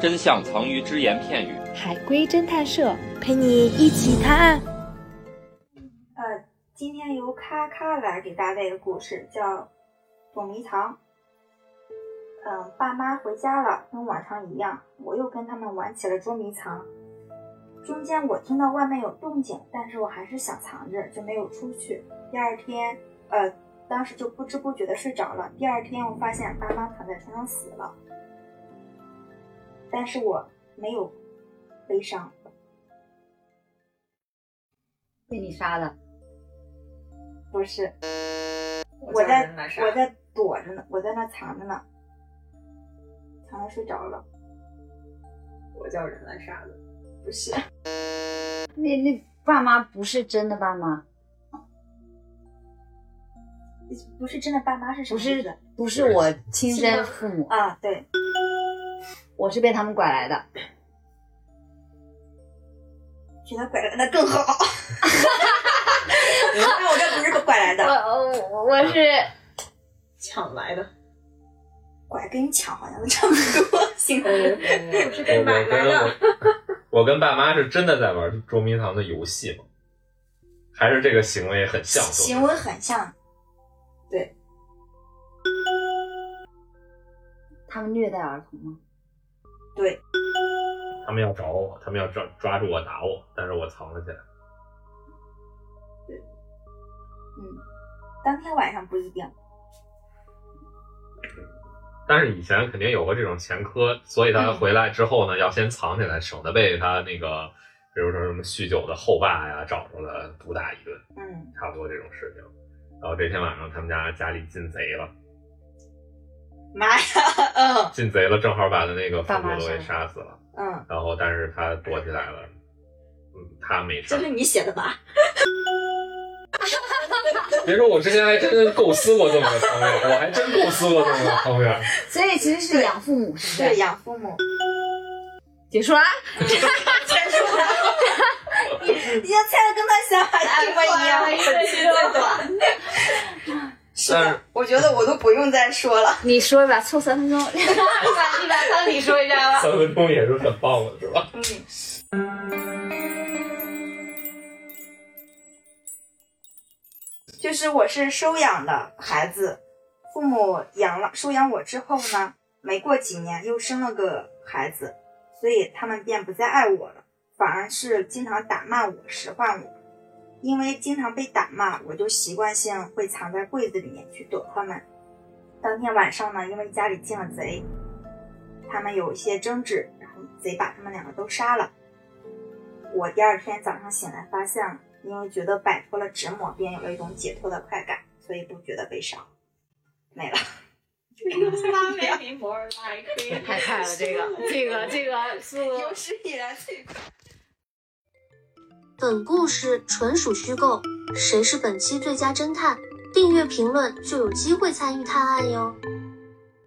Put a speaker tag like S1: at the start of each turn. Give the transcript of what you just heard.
S1: 真相藏于只言片语。
S2: 海龟侦探社陪你一起探案。
S3: 呃，今天由咔咔来给大家带一个故事，叫《躲迷藏》。嗯、呃，爸妈回家了，跟往常一样，我又跟他们玩起了捉迷藏。中间我听到外面有动静，但是我还是想藏着，就没有出去。第二天，呃，当时就不知不觉的睡着了。第二天，我发现爸妈躺在床上死了，但是我没有悲伤。
S4: 被你杀了，
S3: 不是，
S5: 叫
S3: 我在
S5: 人来杀
S3: 我在躲着呢，我在那藏着呢，藏着睡着了，
S5: 我叫人来杀的，
S3: 不是，
S4: 那那爸妈不是真的爸妈，
S3: 不是真的爸妈是什
S4: 不
S3: 么意思
S4: 是不是我亲生父母，
S3: 啊？对，
S4: 我是被他们拐来的。
S3: 觉得拐来的更好。 那我这不是拐来
S4: 我
S3: 的，
S4: 我我我是
S5: 抢来的，
S3: 拐跟你抢好像都差不多，性格。
S5: 我是
S6: 我
S5: 被买
S6: 我
S5: 来
S6: 跟
S5: 的。
S6: 我跟爸妈是真的在玩捉迷藏的游戏吗？还是这个行为很像？
S3: 行为很像，
S4: 他们虐待儿童吗？
S3: 对，
S6: 他们要找我，他们要抓抓住我打我，但是我藏了起来。
S3: 嗯当天晚上不一定，
S6: 但是以前肯定有过这种前科，所以他回来之后呢，要先藏起来，省得被他那个，比如说什么酗酒的后爸呀找着了，毒打一顿，
S3: 嗯，
S6: 差不多这种事情。然后这天晚上他们家家里进贼了，
S3: 妈呀，嗯
S6: 进贼了，正好把他那个父
S4: 爸妈
S6: 母都给
S4: 杀
S6: 杀死了。
S3: 嗯，
S6: 然后但是他躲起来了，嗯，他没事
S3: 这
S6: 儿
S3: 是。你写的吧？
S6: 别说我之前还真构思过这么个汤圆，我还真构思过这么个汤圆。
S4: 所以其实是养父母，是不
S3: 是
S4: 是？
S3: 养父母，
S4: 结 束啦。
S3: 你这猜的跟他想法一模一 样。是
S6: 但是
S3: 的，我觉得我都不用再说了。
S4: 你说吧，凑三分钟。你把你把汤底说一下 吧。
S6: 三分钟也是很棒的，是吧？
S3: 嗯，就是我是收养的孩子，父母养了收养我之后呢，没过几年又生了个孩子，所以他们便不再爱我了，反而是经常打骂我、使唤我。因为经常被打骂，我就习惯性会藏在柜子里面去躲他们。当天晚上呢，因为家里进了贼，他们有一些争执，然后贼把他们两个都杀了。我第二天早上醒来，发现了，因为觉得摆脱了折磨，便有了一种解脱的快感，所以不觉得悲伤。没了，
S5: 拉梅尼摩尔拉一个
S4: 太快了，这个这个这个速度。
S3: 史以来最快。
S7: 本故事纯属虚构，谁是本期最佳侦探？订阅评论就有机会参与探案哟。